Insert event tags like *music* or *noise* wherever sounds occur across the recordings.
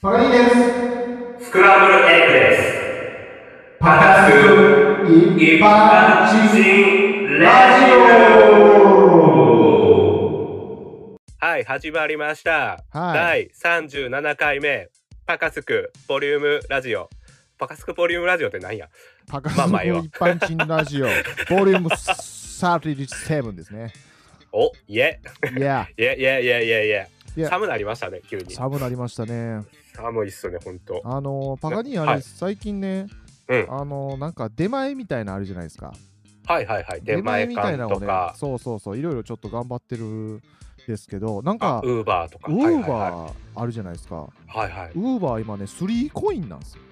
ファガリーです。スクランブルエッグです。パタス一一般般人人ララジジオオはい、始まりました。はい。第37回目、パカスクボリュームラジオ。パカスクボリュームラジオってなんやパカスまあまのあいいわ一般人ラジオ、ボリューム37ですね。お、いえ、い *laughs* や、いえ、いえ、いえ、いえ、いいやえ。寒なりましたね、急に。寒なりましたね。寒いっすね、ほんと。あのー、パガニーあはれ、い最近ね、うんあのー、なんか出前みたいなのあるじゃないですか。はいはいはい。出前みたい館なのとをねか、、そうそうそう、いろいろちょっと頑張ってるんですけど、なんあか、ウーバーとか。ウーはいバーあるじゃないですか。はいはい。はいはいウーバー今ね、3コインなんですよ。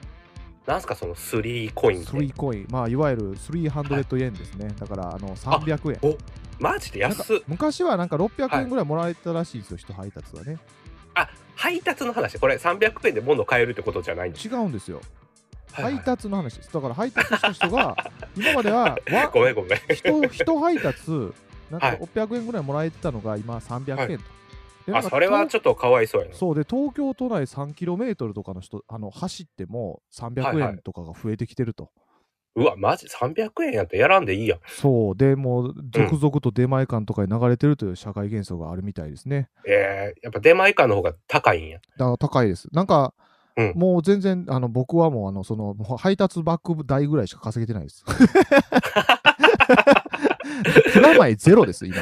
なんすか、その3コインって3。コイン。まあ、いわゆる300円ですね。だから、あの、300円。マジでなんか安っ。昔はなんか600は円いぐらいもらえたらしいんですよ、人配達はね。あ、配達の話。これ300円で物買えるってことじゃないんです。違うんですよ。はい配達の話です。だから配達した人が、 *laughs* 今までははいわ *laughs* ごめんごめん。人人配達、なんはかい600円ぐらいもらえてたのが今300円と。でなあんかそれは東ちょっとかわいそうやな。そうで東京都内 3km とかの人あの走ってもはいは300円いとかが増えてきてると、うわ、マジ300円やったらやらんでいいやん。そうでもう続々と出前館とかに流れてるという社会現象があるみたいですね、えー、やっぱ出前館の方が高いんや。 *laughs* あの高いです。なんか、うんもう全然あの僕はもうあのそのもう配達バッグ代ぐらいしか稼げてないです。プラマイゼロです、今。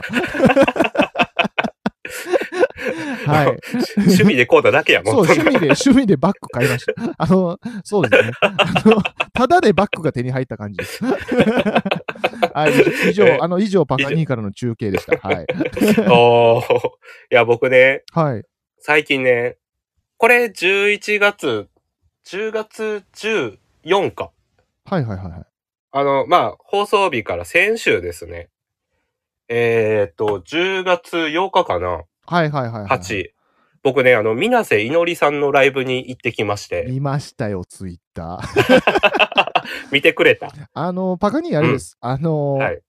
はい。趣味で買うただけやそう、もん。趣味で、趣味でバッグ買いました。あの、そうですね。あの、ただでバッグが手に入った感じです。 *laughs* はい、以え上、あの、以上、パカニーからの中継でした。はい。 *laughs* おーいや、僕ね、はい。最近ね、これ11月、10月14日。はいはいはいはい。あの、まあ、放送日から先週ですね。えー、っと、10月8日かな、はいはいはい、はい。 8。僕ね、あの、水瀬いのりさんのライブに行ってきまして、見ましたよ、ツイッター。見てくれた。あの、パカニーあれです。あの、はい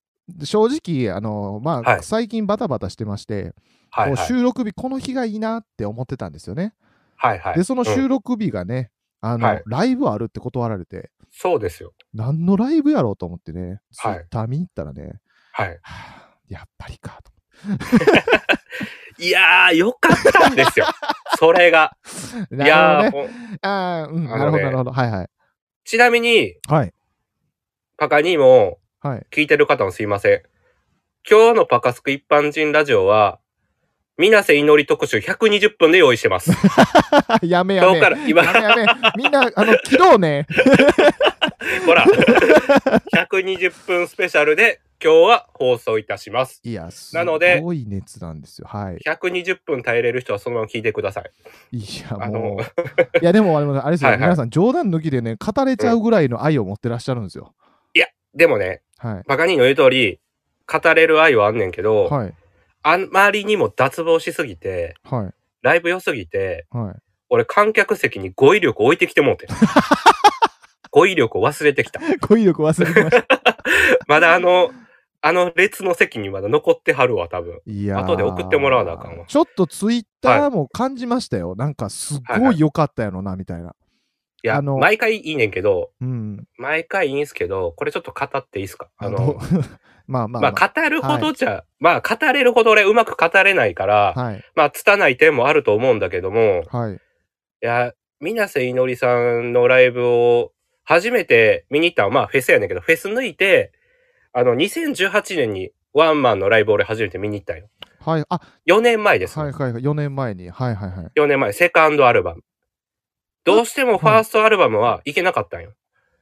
正直、あの、まあ、はい最近バタバタしてまして、はこいはうい。収録日、この日がいいなって思ってたんですよね。はいはい。で、そのうん収録日がね、あの、はいライブあるって断られて、そうですよ。何のライブやろうと思ってね、ツイはいッター見に行ったらね、はい。はあやっぱりかと。いやー、よかったんですよ。 *laughs* それが。いなやるー、ほどね。ほんあーうん、あのねなるほど、なるほど。はいはい。ちなみに、はい。パカにも、はい。聞いてる方もすいません。今日のパカスク一般人ラジオは、水瀬祈り特集120分で用意してます。 *laughs* やめや今め。日かやら、今、めやめ。みんな、あの、切ろうね。 *laughs* ほら、120分スペシャルで今日は放送いたします。いや、すなのでごい熱なんですよ。はい。 120分耐えれる人はそのまま聞いてください。いや、あのもう。いや、でもあれ、あれですよ、 *laughs* はいはい皆さん、冗談抜きでね、語れちゃうぐらいの愛を持ってらっしゃるんですよ。でもね、はい。パカにの言う通り、語れる愛はあんねんけど、はい。あまりにも脱帽しすぎて、はい。ライブ良すぎて、はい。 *laughs* 俺観客席に語彙力置いてきてもうてん。語彙力を忘れてきた。語彙力忘れて *laughs* ました。まだ *laughs* あの、あの列の席にまだ残ってはるわ、多分。いやー後で送ってもらわなあかんわちょっとツイッターも感じましたよ。なんか、すっはいごはい良かったやろな、みたいな。いや、あの毎回いいねんけど、うん。毎回いいんすけど、これちょっと語っていいっすかあの、、 *laughs* まあまあ、まあ、語るほどじゃ、まあ、語れるほど俺うまく語れないから、はい。まあ、拙い点もあると思うんだけども、はい。いや、水瀬いのりさんのライブを初めて見に行ったのは、まあ、フェスやねんけど、フェス抜いて、あの、2018年にワンマンのライブ俺初めて見に行ったんよ。はい。あ、 4年前です。はいはいはい。4年前に。はいはいはい。 4年前、セカンドアルバム。どうしてもファーストアルバムはいけなかったんよ。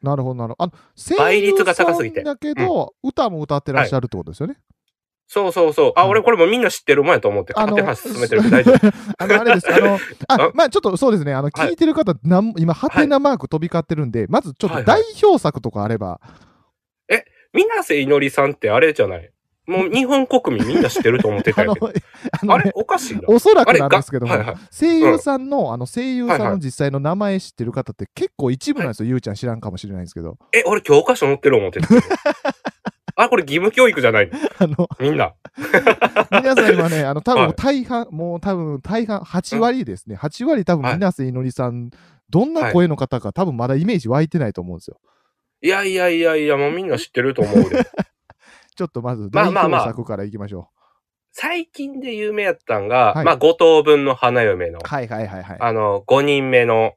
なるほどなるほど。あの、倍率が高すぎ声優さてんだけど、歌も歌ってらっしゃるってことですよね。そうそうそう。あ、うん俺これもうみんな知ってるもんやと思って、あ勝の手に話進めてるけど大丈 *laughs* 夫。あの、あれです。あの、ああ、まあちょっとそうですね。あの、はい聞いてる方、なん今、ハテナマーク飛び交ってるんで、まずちょっと代表作とかあれば、水瀬いのりさんってあれじゃないもう日本国民みんな知ってると思って *laughs* たあんやのけ *laughs* ど。、ああのれね、おかしいな。おそらくなんですけどもあれがはいは、声優さんの、あの、声優さんはいはのい実際の名前知ってる方って結構一部なんですよ。ゆうちゃん知らんかもしれないんですけど。 *laughs* え、俺教科書載ってる思ってたけど。あ、これ義務教育じゃないの。あの、 *laughs* みんな。皆さん今ね、あの、多は分い大半、もう多分大半、8割ですね。8割多分、皆瀬いのりさん、どんな声の方か、多分まだイメージ湧いてないと思うんですよ。いやいやいやいや、もうみんな知ってると思うで。ちょっとまず、まあ代まあ表まあ作からいきましょ最近で有名やったんが、はいまあ、五等分の花嫁のう。、はいはいはいはい。あの、5人目の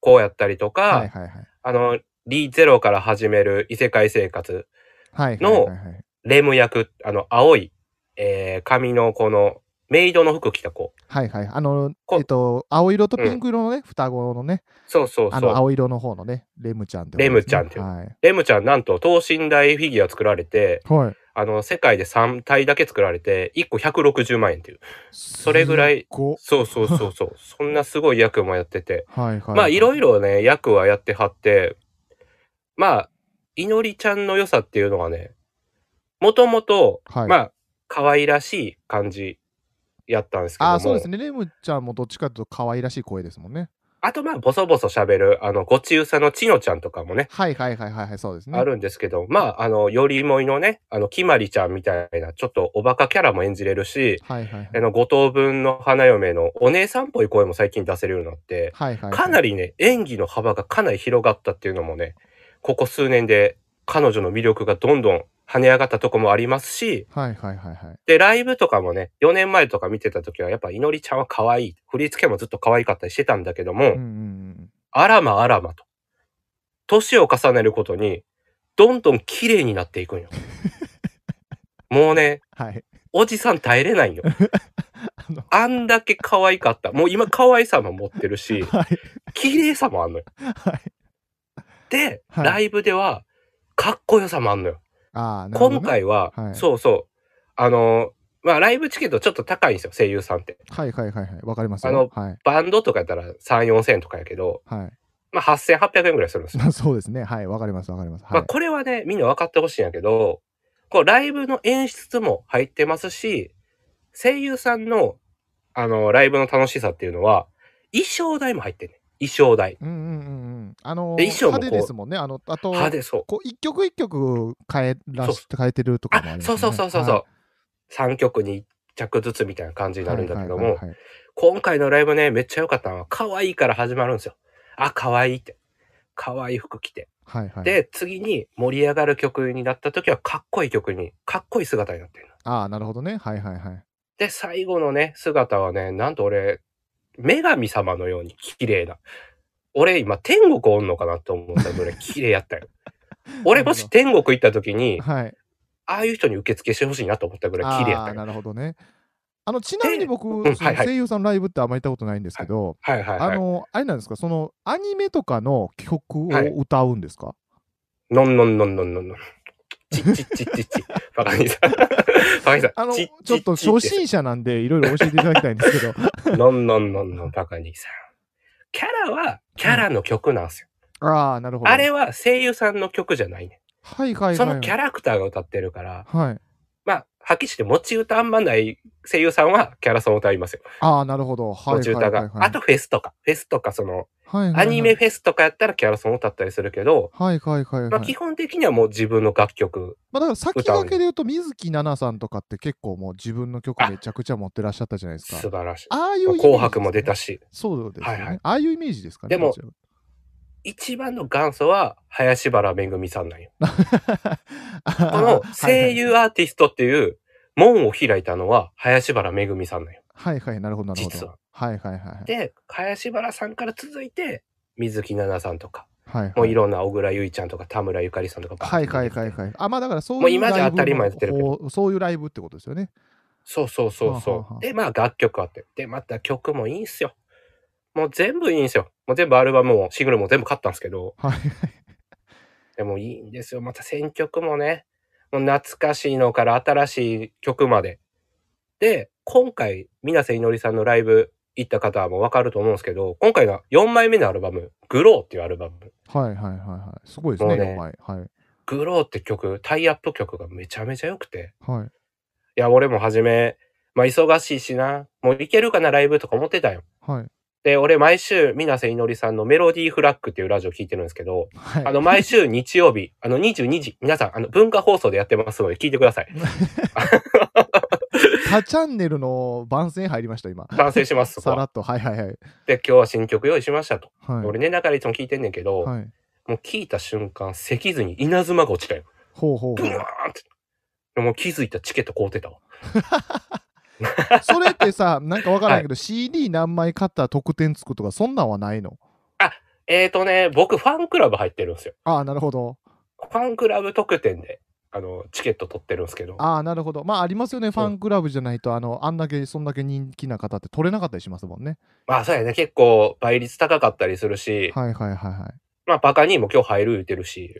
子やったりとか、はいはいはい。あの、リゼロから始める異世界生活、はいはいのはいはい。レム役、あの、青い、えー髪のこの、メイドの服着た子。はいはい。あの、こえっと、青色とうんピンク色のね、双子のね、そうそうあその、う。青色の方のね、レムちゃんってことですねレムちゃんっていうはい。レムちゃん、なんと、等身大フィギュア作られて、はい。あの、世界で3体だけ作られて、1個160万円っていう。それぐらいすごっそうそうそう *laughs* そう。そんなすごい役もやってて。はいはい。まあいろろ。いろね、役はやってはって、まあ、いのりちゃんの良さっていうのはね、もともと、はい。まあ、可愛らしい感じやったんですけども、あー、そうですね。レムちゃんもどっちかというと可愛らしい声ですもんね。あとまあ、ボソボソ喋る、あの、ごちうさのちのちゃんとかもね、はいはいはいはいはい、そうですね。あるんですけど、まあ、あの、よりもいのね、あの、きまりちゃんみたいな、ちょっとおバカキャラも演じれるし、はいはいはい。あの、五等分の花嫁のお姉さんっぽい声も最近出せるようになって、はいはいはい、かなりね、演技の幅がかなり広がったっていうのもね、ここ数年で彼女の魅力がどんどん跳ね上がったとこもありますし、はいはいはいはい。で、ライブとかもね、4年前とか見てた時はやっぱいのりちゃんは可愛い。振り付けもずっと可愛かったりしてたんだけども、うんうんうん。あらまあらまと。年を重ねることに、どんどん綺麗になってい *laughs* くんよ。もうね、はい。おじさん耐えれないんよ。あの、あんだけ可愛かった。もう今可愛さも持ってるし、はい。綺麗さもあんのよ。はい。で、はいライブでは、かっこよさもあんのよ。ああ、なるほど、ね。今。回は、はいそうそう。あの、まあ、ライブチケットちょっと高いんですよ、声優さんって。はいはいはいはい。わかりますよ。あのはい。バンドとかやったら3、4千とかやけど、はい。 *laughs* まあ、8800円ぐらいするんですよ。まあそうですね。はい。わかりますわかります。まはあ、い。これはね、みんな分かってほしいんやけど、こう、ライブの演出も入ってますし、声優さんの、あの、ライブの楽しさっていうのは、衣装代も入ってんね。衣装代。うんうんうんうん。あのー、で衣装もこう派手ですもんね。あの、あと、派手そう。こう、一曲一曲変えらしそ変えてるとかもありあ、ます、そね。うそうそうそうはそう。三3曲に1着ずつみたいな感じいになるんだけどはいもはい、はいはい今回のライブね、めっちゃ良かったのは、可愛いから始まるんですよ。あ、可愛いって。可愛い服着て。はいはい。で、次に盛り上がる曲になった時は、かっこいい曲に、かっこいい姿になってるの。ああ、なるほどね。はいはいはい。で、最後のね、姿はね、なんと俺、女神様のように綺麗な。俺今天国おんのかなって思ったぐらい綺麗 *laughs* やったよ。俺もし天国行った時に、はい。ああいう人に受付してほしいなと思ったぐらい綺麗やあっあたー、なよ。るほどね。あの、ちなみに僕、んはいそのはい声優さんのライブってあんまり行ったことないんですけど、はいはいはあい。の、あれなんですか、そのアニメとかの曲をはい歌うんですか、のんのんのんのんのんのん。ちっちっちっちっち。バカにさん。バカにさん。あの、ちちっょっとちっちっ初ち心者なんで、いろいろ教えていただきたいんですけど。のんのんのんのんバカにさん。キャラはキャラの曲なんですよ。ああ、なるほど。 *laughs* あれは声優さんの曲じゃないね。はいはいはい。そのキャラ。ラクターが歌ってるから、はい。まあ、はっきりして持ち歌あんまない声優さんはキャラソン歌いますよ。ああ、なるほど。はい持はいちはい歌はい。が。あとフェスとか、フェスとかその、はいはいはアいニメ。フェスとかやったらキャラソン歌ったりするけど、はいはいはいはい。ままあ基本的にはもう自分の楽曲。あ、だから先駆けで言うと、水木奈々さんとかって結構もう自分の曲めちゃくちゃ持ってらっしゃったじゃないです素か。晴らしい。ああいうイメージですね紅白も出たし、そうですよね。はいはいああいうイメージですかね。でもどちらか一番の元祖は林原めぐみさんなんよ。 *laughs* ここの声優アーティストっていう門を開いたのは林原めぐみさんなんよ。はいはい、なるほど、なるほ実はど。はいはいはいはい。で、林原さんから続いて、水木奈々さんとか、はいはいもういろんな小倉優衣ちゃんとか田村ゆかりさんとか。はいはいはいはい。あ、まあだからそういうもう今じゃライブ当たり前やってるけどの方そういうライブってことですよね。そうそうそうはあはあそはあう。で、まあ楽曲あって。で、また曲もいいんすよ。もう全部いいんすよ。もう全部アルバムもシングルも全部買ったんですけど、はい。でもいいんですよ。また選曲もね、もう懐かしいのから新しい曲まで。で、今回、水瀬いのりさんのライブ行った方はもうわかると思うんですけど、今回が4枚目のアルバム、グローっていうアルバム。はいはいはいはい。すごいですね、もうね4枚。はい。グローって曲、タイアップ曲がめちゃめちゃ良くて。はい。いや、俺も初め、まあ忙しいしな、もう行けるかなライブとか思ってたよ。はい。で、俺毎週、水瀬いのりさんのメロディーフラッグっていうラジオ聞いてるんですけど、はい。 *laughs* あの、毎週日曜日、あの、22時、皆さん、あの、文化放送でやってますので聞いてください。他チャンネルの番宣入りました、今。賛成します、そこさはらっと、はいはいはい。で、今日は新曲用意しましたと。はい。俺ね、だからいつも聞いてんねんけど、はい、もう聞いた瞬間、咳ずに稲妻が落ちたよ。ほうほうブほワーンう。って。でもう気づいたらチケット買うてたわ。それってさ、なんかわからんけど、CD 何枚買ったら特典つくとか、そんなんはないのえーとね、僕ファンクラブ入ってるんですよ。ああ、なるほど。ファンクラブ特典で、あの、チケット取ってるんですけど。ああ、なるほど。まあ、ありますよね。ファンクラブじゃないと、あの、あんだけ、そんだけ人気な方って取れなかったりしますもんね。まあそうやね、結構倍率高かったりするし、はいはいはいはい。まあバカにも今日入る言うて *laughs* るし、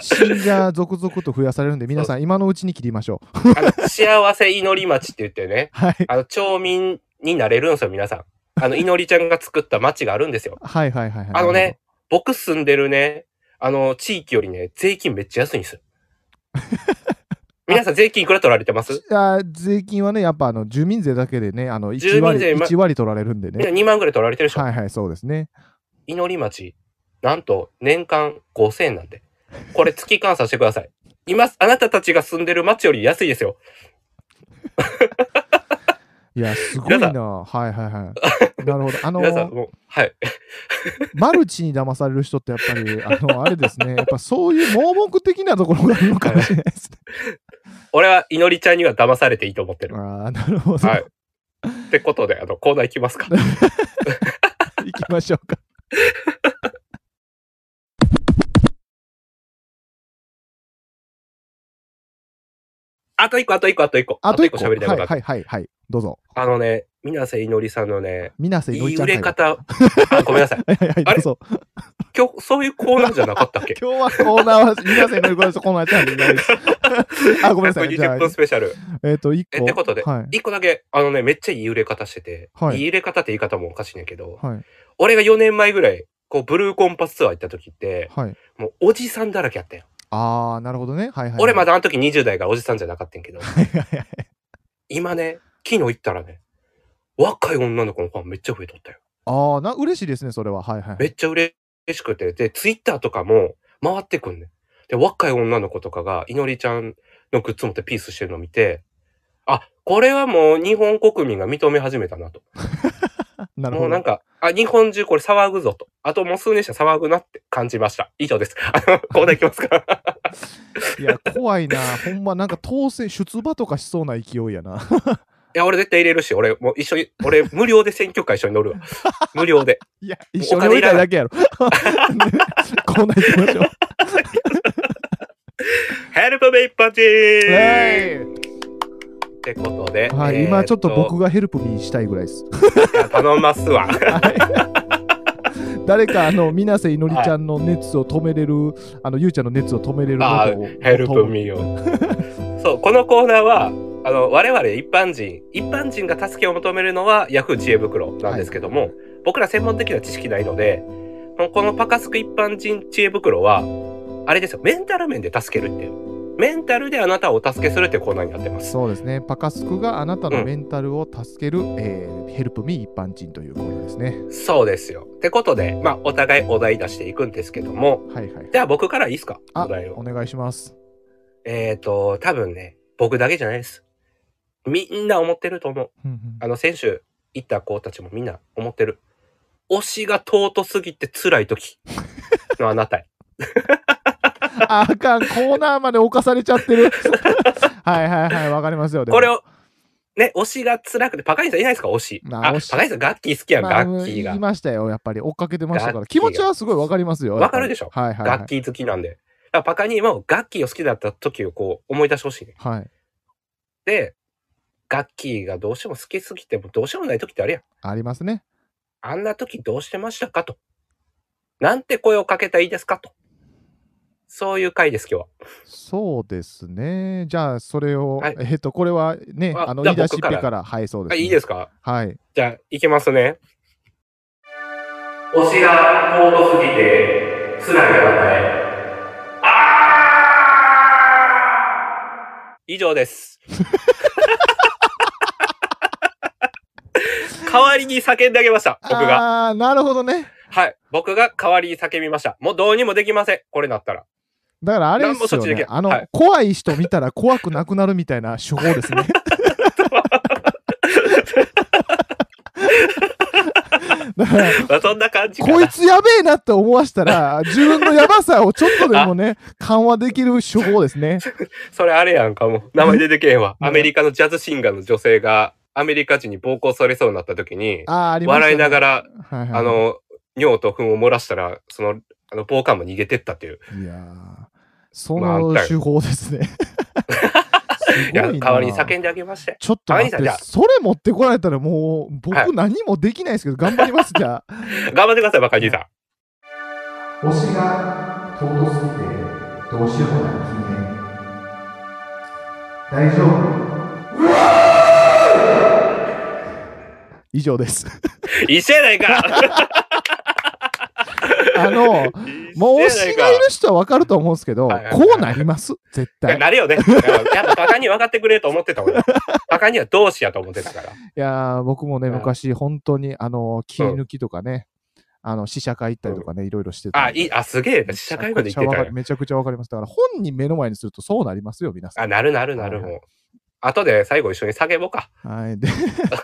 信者続々と増やされるんで、皆さん、今のうちに切りましょう。あの、幸せ祈り町って言ってね、はい。あの、町民になれるんですよ、皆さん。あの、祈りちゃんが作った町があるんですよ。はいはいはいはい。あのね、僕住んでるね、あの、地域よりね、税金めっちゃ安いんです *laughs* よ。皆さん税金いくら取られてまなるすほど。あー税金はね、やっぱあの住民税だけでね、あの1住民割税ま1割取られるんでみんなね。 2万ぐらい取られてるでしょ、はいはい、そうですね。祈り町、なんと年間5000円なんで。これ月換算してください。今、あなたたちが住んでる町より安いですよ。いや、すごい皆な。はいはいはい。なるほど。あの皆さん、もう、はい。マルチに騙される人ってやっぱり、 *laughs* あの、あれですね、やっぱそういう盲目的なところがあるのかもしれないですね。俺は祈りちゃんには騙されていいと思ってる。ああ、なるほど。はい。ってことで、あの、コーナー行 *laughs* きますか。行きましょうか。あと一個、あと一個、あと一個。あと一個。喋りたいはこいとあるはいはいはい。どうぞ。あのね、水瀬祈りさんのね、水瀬いのりいちゃ売ん会話。れ方、あごめんなさい。はいはいはい、あどれうぞ。今日、そういうコーナーじゃなかったっ *laughs* け今日はコーナーは、皆さんのりこです。コーナーじゃないです。あ、ごめんなさい。じゃあ120、分スペシャル。えっと、一え個。ってことではい。一個だけ、あのね、めっちゃいい売れ方してて、はいい、い売れ方って言い方もおかしいねんけど、はい。俺が4年前ぐらい、こう、ブルーコンパスツアー行った時って、はい。もうおじさんだらけやったよ。あー、なるほどね。はいはいはい。俺まだあの時20代からおじさんじゃなかったんやけど、はいはいはい。今ね、昨日行ったらね、若い女の子のファンめっちゃ増えとったよ。あー、な、嬉しいですね、それは。はいはい。めっちゃ嬉しくて、で、ツイッターとかも回ってくんねん。で、若い女の子とかが、いのりちゃんのグッズ持ってピースしてるの見て、あ、これはもう日本国民が認め始めたなと。なるもほうなんど。か、あ、日本中これ騒ぐぞと。あともう数年したら騒ぐなって感じました。以上です。 *laughs* あの、コーナーいきますか。 *laughs* いや、怖いな。ほんま、なんか当選、出馬とかしそうな勢いやな。いや、俺絶対入れるし、俺もう一緒に、俺無料で選挙会一緒に *laughs* 乗るわ。無料で。いや、一緒に降りたいだけや *laughs* ろ。ねコーナー行きましょう。ヘルプメイパチーえってことで。ーはえい、ー今ちょっと僕がヘルプミーしたいぐらいです。いや頼んますわ。はい誰かあの水瀬いのりちゃんの熱を止めれる、あのゆうちゃんの熱を止めれるあことをヘルプミーを。 *laughs* そう、このコーナーは、あの、我々一般人、一般人が助けを求めるのはヤフー知恵袋なんですけども、僕ら専門的な知識ないので、もうこのパカスク一般人知恵袋は、あれですよ、メンタル面で助けるっていう。メンタルであなたをお助けするってコーナーになってます。そうですねパカスクがあなたのメンタルを助ける、えーヘルプミー一般人というコーナーですねそうですよ。ってことで、まあ、お互いお題出していくんですけども、はいはいじゃあ僕からいいですかあお題をお。願いしますえっ、ー、と、多分ね、僕だけじゃないです。みんな思ってると思う。うんうんあの、選手行った子たちもみんな思ってる。推しが尊すぎて辛い時 *laughs* のあなたへ。ああかんコーナーまで侵されちゃって *laughs* るはいはいはいわかりますよでもこれを、ね、推しが辛くて、パカインさんいないですか推し。まああ、パ推しカインさんガッキー好きやん、まあガッキー言いが。ましたよやっぱり追っかけてましたからガッ気キーが持ちはすごいわかりますよわかるでしょやっぱりはいはいはいガッキー好きなんで。だからパカにもガッキーを好きだった時をこう思い出してほしいね。はいで、ガッキーがどうしても好きすぎてもどうしようもない時ってあるやん。ありますねあんな時どうしてましたかと。なんて声をかけたらいいですかと。そういう回です、今日は。そうですね。じゃあ、それを、はいえっと、これはね、ああの、じゃ言あい出しっ僕かぺらから、はい、そうであす、ね。いいですかはい。じゃあ、いきますね。推しが高度すぎて、辛いあなたへ。あ以上です。代わりに叫んであげました。僕が。ああ、なるほどね。はい。僕が代わりに叫びました。もうどうにもできません。これなったら。だからあれですなんもそっよ、ちできねない。あの、はい怖い人見たら怖くなくなるみたいな手法です *laughs* ね。だからまあそんな感じかな。こいつやべえなって思わした *laughs* ら、自分のやばさをちょっとでもね、緩和できる手法ですね。それあれやんかもう。名前出てけへんわ。うんアメリカのジャズシンガーの女性がアメリカ人に暴行されそうになった時に、あーありましたね、笑いながら、ら、はいはい、あの、尿と糞を漏らしたら、その、あの、暴漢も逃げてったっていう。いやーそまああんのたよ手法ですね。す *laughs* いや、ごい代なわりに叫んであげまして。ちょっと待っ兄てさん、それ持ってこられたらもうは僕い何もできないですけど、頑張ります、じゃあ。頑張ってください、バカ兄さん。推しが尊すぎてどうしようもない君へ大丈夫以上です。一緒やな *laughs* いかあの、もう推しがいる人はわかると思うんですけど、はいはいこうなります、絶いや対。いなるよね。いややっぱバカに分かってくれと思って *laughs* た俺。バカには同志やと思ってたから。やー、僕もね、うん昔、本当に、あの、切り抜きとかね、あの、試写会行ったりとかね、いろいろしてたあ、んで。いい、あ、すげえ。試写会まで行ってめちゃくちゃわたかよる。めちゃくちゃわかります。だから、本人目の前にするとそうなりますよ、皆さあ、なるなるなるもう。後で最後一緒に叫ぼうか。ん。はい。で、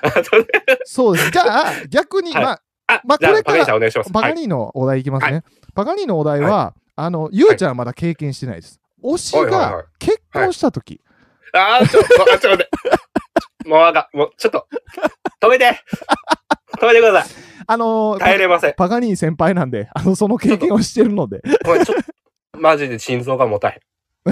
後でそうです。じゃあ、逆に、はいまあ、あ、まあじゃあ、これかバカら兄さんお願いします。バはカいニーのお題いきますね。バカニーのお題は、あの、ゆうちゃんはまだ経験してないです。推しはいはいはがい結婚したとき、あー、ちょっと、あちょっと待っ *laughs* て。もうあかん、もう、ちょっと、止めて止めてく *laughs* ださい。あのー耐えれません。バカニー先輩なんで、あの、その経験をしてるので、ごめん、ちょっと、マジで心臓がもたへん。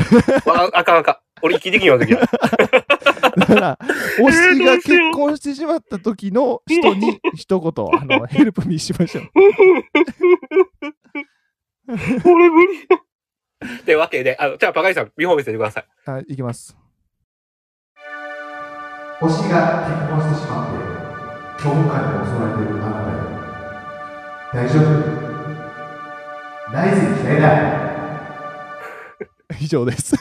わああかんあかん。俺、息できんような時だ。だから、推しが結婚してしまった時の人に一言、あ *laughs* の、ヘルプにしましょう。俺無理。ってわけで、あの、じゃあ、バカ兄さん、見本見せてください。はい、いきます。推しが結婚してしまって恐怖感に襲われているあなたへ大丈夫ナイス嫌いだ以上です。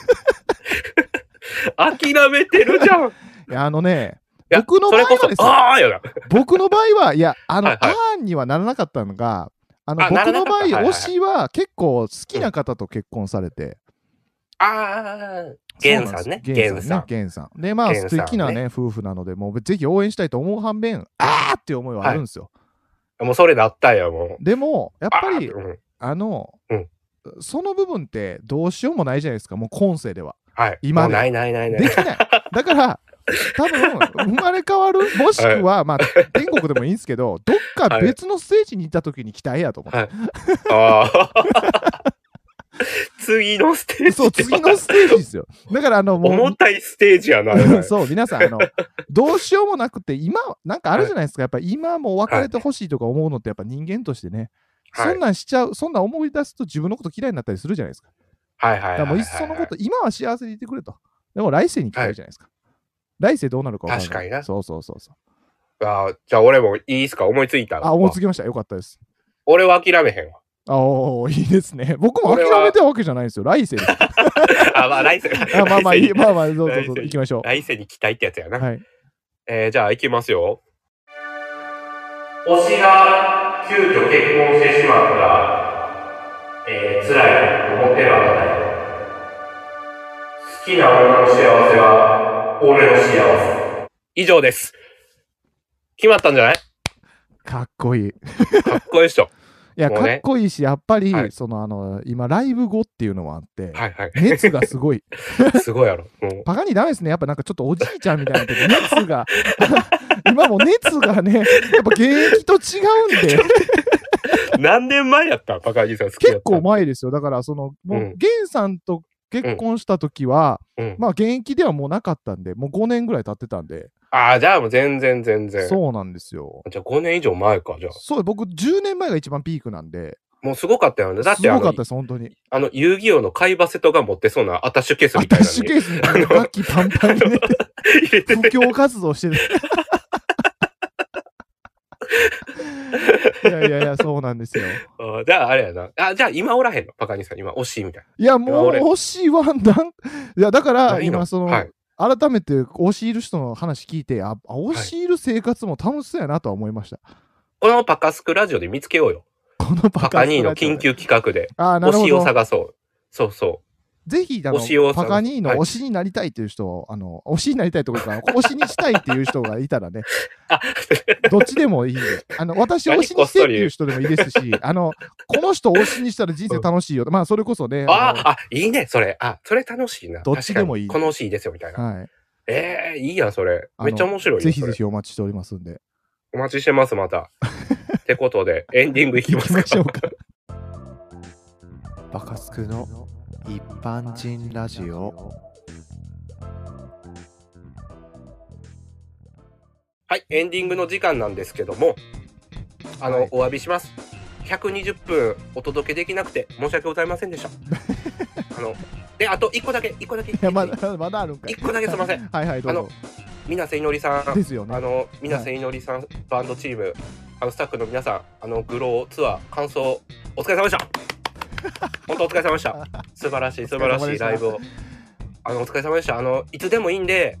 諦めてるじゃん。いいやあのね、や僕のそ場合れこはそで、すよああよな。僕の場合は、いや、あの、はいはいあーんにはならなかったのが、あのあな僕らなのかっ場合、たはいはい推しは結構好きな方と結婚されて、ああ、ゲンさんね。ゲンさん。ゲンさん。で、まあ、ゲンさんね素敵なね、夫婦なので、もうぜひ応援したいと思う反面、あーっていう思いはあるんですよ。もうそれなったよ、もう。でも、やっぱりあー、うんあの、うんその部分ってどうしようもないじゃないですか、もう今世では。はい。今もうねないないないなでい。きない。だから、多分生まれ変わる、もしくは、まあ、天国でもいいんですけど、どっか別のステージに行った時に期待やと思って。はいああ。 *laughs* 次のステージ。そう、次のステージですよ。だから、あの、もう *laughs* 重たいステージやな。あれそう、皆さん、あの、どうしようもなくて、今、なんかあるじゃないですか、やっぱ今もう別れてほしいとか思うのって、やっぱ人間としてね、はいそんなんしちゃう、そんなん思い出すと自分のこと嫌いになったりするじゃないですか。はいはいはだい。からもういっそのこと、今は幸せでいてくれと。でも来世に聞かれるじゃないですか。来世どうなるか分からない。確かになそうそうそうそう。あーじゃあ俺もいいっすか思いついたのあ、思いつきました。よかったです。俺は諦めへんわ。あおーいいですね。 *laughs* 僕もこれ諦はめてるわけじゃないですよ。来世 *laughs* です。ああ、まあ来世。 *laughs* まあまあ、いい来世にまあまあ、どうぞどう来世ぞ、に行きましょ来世に期待ってやつやう。な。はい。えーじゃあ行きますよ。推しが急遽結婚してしまったら、えー、辛いと思ってはならない。好きな女の幸せは、俺の幸せ。以上です。決まったんじゃないかっこいい。いかっこいいっし *laughs* ょ。や、もかうねっこいいし、やっぱり、はいその、あの、今、ライブ後っていうのもあって、はいは熱がすごい。い。すごいやろ。もうバカにダメですね。やっぱなんかちょっとおじいちゃんみたいな時、熱が、 *laughs* 今も熱がね、やっぱ現役と違う *laughs* んで。何年前やったバカ兄さん好きやった *laughs* 結構前ですよ。だから、その、もうう、んゲンさんと結婚した時は、うん、まあ、現役ではもうなかったんで、もう5年ぐらい経ってたんで、ああ、じゃあもう全然全然。そうなんですよ。じゃあ5年以上前か、じゃあ。そう、僕、10年前が一番ピークなんで、もうすごかったよね。だっすてあごかのったで、す、本当に。あの遊戯王の貝バセトが持ってそうなアタッシュケースアみたタいッなのシュにケースに *laughs* 楽器パンパンに入れて、入れて布て。教活動してる。いやいやいや、そうなんですよ。 *laughs* あじゃああれやな。あじゃあ今おらへんの、パカニさん。今、惜しいみたいいや、もう、俺推しはなん、いや、だから、ないの今、その、はい改めて推しいる人の話聞いて、あ、あ推しいる生活も楽しそうやなとは思いました。このパカスクラジオで見つけようよ。このパパカカ兄の緊。急企画で。あー、なる推ほしをど。探そう。そうそぜひ、あの推しを、探すパカ兄のはい推しになりたいという人を、あの、推しになりたいところから、 *laughs* 推しにしたいっていう人がいたらね、あどっちでもいいんで、あの、私推しにしてっていう人でもいいですし、あの、この人推しにしたら人生楽しいよ。まあ、それこそね、う。あ *laughs* あのあ、あ、いいね、それ。あ、それ楽しいな。どっちでもいい確かにこの推しいいですよ、みたいな。はい。ええいいやん、それ。あのめっちゃ面白いよぜひぜそれひお待ちしておりますんで。お待ちしてます、*laughs* また。ってことで、エンディングいき行まきすまか。しょうか。バカスクの一般人ラジオはい、エンディングの時間なんですけども、あの、はいお詫びします。120分お届けできなくて申し訳ございませ *laughs* んでした。あの、で、あと1個だけ、1個だけ、いや、ま1だ、まだあるんかい。個だけすいま *laughs* せん。はいはい、どうぞ。水瀬いのりさんで、すよあね。の、水瀬いのりさんバンドチーム、あの、スタッフの皆さん、あの、グローツアー、感想、お疲れ様 *laughs* でした。本当お疲れ様でした。素晴らしい、素晴らお疲れ様しでいしたライブを。あの、お疲れ様でした。あの、いつでもいいんで、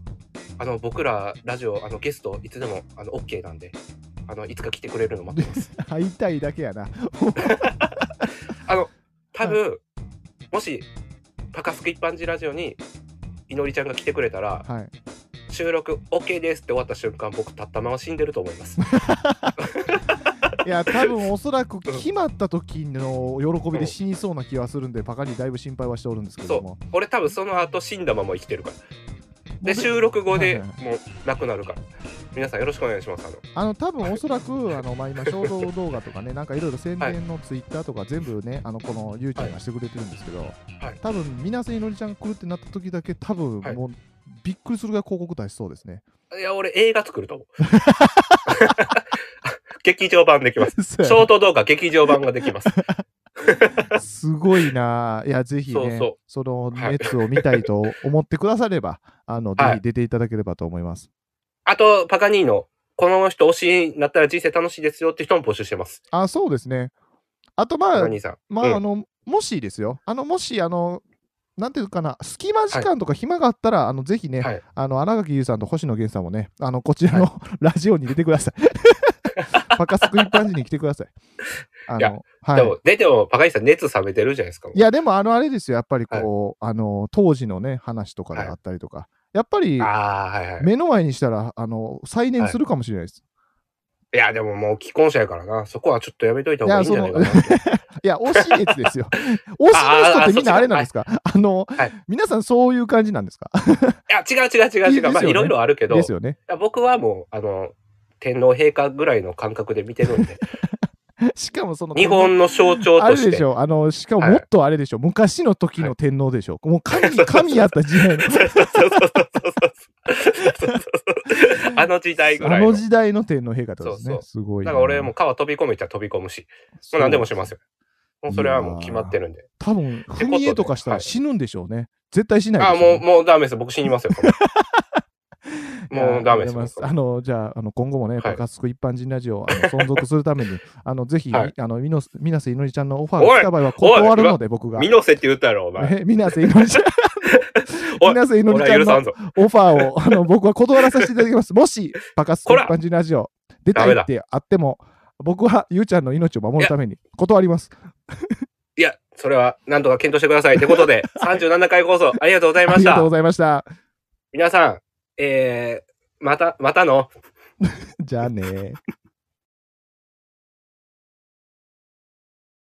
あの、僕らラジオ、あの、ゲスト、いつでも、あの、OK なんで、あの、いつか来てくれるの待ってます。 *laughs* 会いたいだけやな。多分、もし、パカスク一般人ラジオに、いのりちゃんが来てくれたら、はい。収録 OK ですって終わった瞬間、僕、たったまま死んでると思い *laughs* ます。いや、多分おそらく決まった時の喜びで死にそうな気はするんで、パカにだいぶ心配はしておるんですけども。俺多分その後死んだまま生きてるからでもう収録後ではいはいもう亡くなるから皆さんよろしくお願いしますあのあの多分おそらく、あのまあ、今、衝動動画とかね、なんかいろいろ宣伝のツイッターとか、全部ね、あのこのゆうちゃんがしてくれてるんですけど、はい多分皆さん、いのりちゃんが来るってなった時だけ、多分はいもう、びっくりするぐらい広告出しそうですね。いや俺映画作ると *laughs* 思う劇場版できますショーそト動画劇場版ができますう *laughs* すごいなあ、いや、ぜひね、そうそのはい熱を見たいと思ってくだされば、あのぜはいひ出ていただければと思います。あとパカニーのこの人推しになったら人生楽しいですよって人も募集してますあ、そうですね。あと、パまあカ、ニーさんまうあ、んあの、もしですよ、あの、もし、あの、なんていうかな、隙間時間とか暇があったら、あの、ぜひね、はいあの、荒垣結衣さんと星野源さんもね、あの、こちらの、 *laughs* ラジオに出てください。 *laughs* パカスク一般人に来てください。あいやの、はでい。も出てもパカニーさん熱冷めてるじゃないですかいや、でも、あの、あれですよ、やっぱりこう、あの、当時のね、話とかがあったりとか、やっぱり、ああはいはい目の前にしたら、あの、再燃するかもしれないです。いやでももう既婚者やからなそこはちょっとやめといた方がいいんじゃないかない *laughs* い、や、推し熱です *laughs* よ。推しの人ってみんなあれなんですかあの、はい皆さんそういう感じなんですかいや違う違う違ういいですよ違うねまあいろいろあるけどですよね。いや僕はもうあの天皇陛下ぐらいの感覚で見てるんでしかもその日本の象徴あとれしでしてょあのしかももっとあれでしょ、昔の時の天皇で *laughs* しょ、もう神神やった時代のあの時代ぐあらいののだ時代の天皇陛下ってことですそねうすごいなから俺もう川飛び込めちゃ飛び込むしもう何でもしますよもうそれはもう決まってるんで多分踏み絵とかしたらはい死ぬんでしょうね、絶対しないあでしょもうもうダメです僕死 *laughs* にますよいやもうダメですありがとうございます僕あのじゃああの今後もね、はいバカスク一般人ラジオをあの存続するた *laughs* めにあのぜひ、はいあのみの水瀬いのりちゃんのオファーが来た場合はおい断るので僕がミノセって言ったやろお *laughs* 前え水瀬いのりちゃん *laughs* おい水瀬いのり俺ちゃは許んさのんぞオファー *laughs* をあの僕は断らさせていただきます。もし、バカスコこ一ら般人ラジオ出たいってあっても、僕はゆうちゃんの命を守るために断ります。いやそれは何とか検討してくださいってこ *laughs* とで37回放送ありがとうございあましりがたとうございました。皆さんえー、またまたのじゃあね。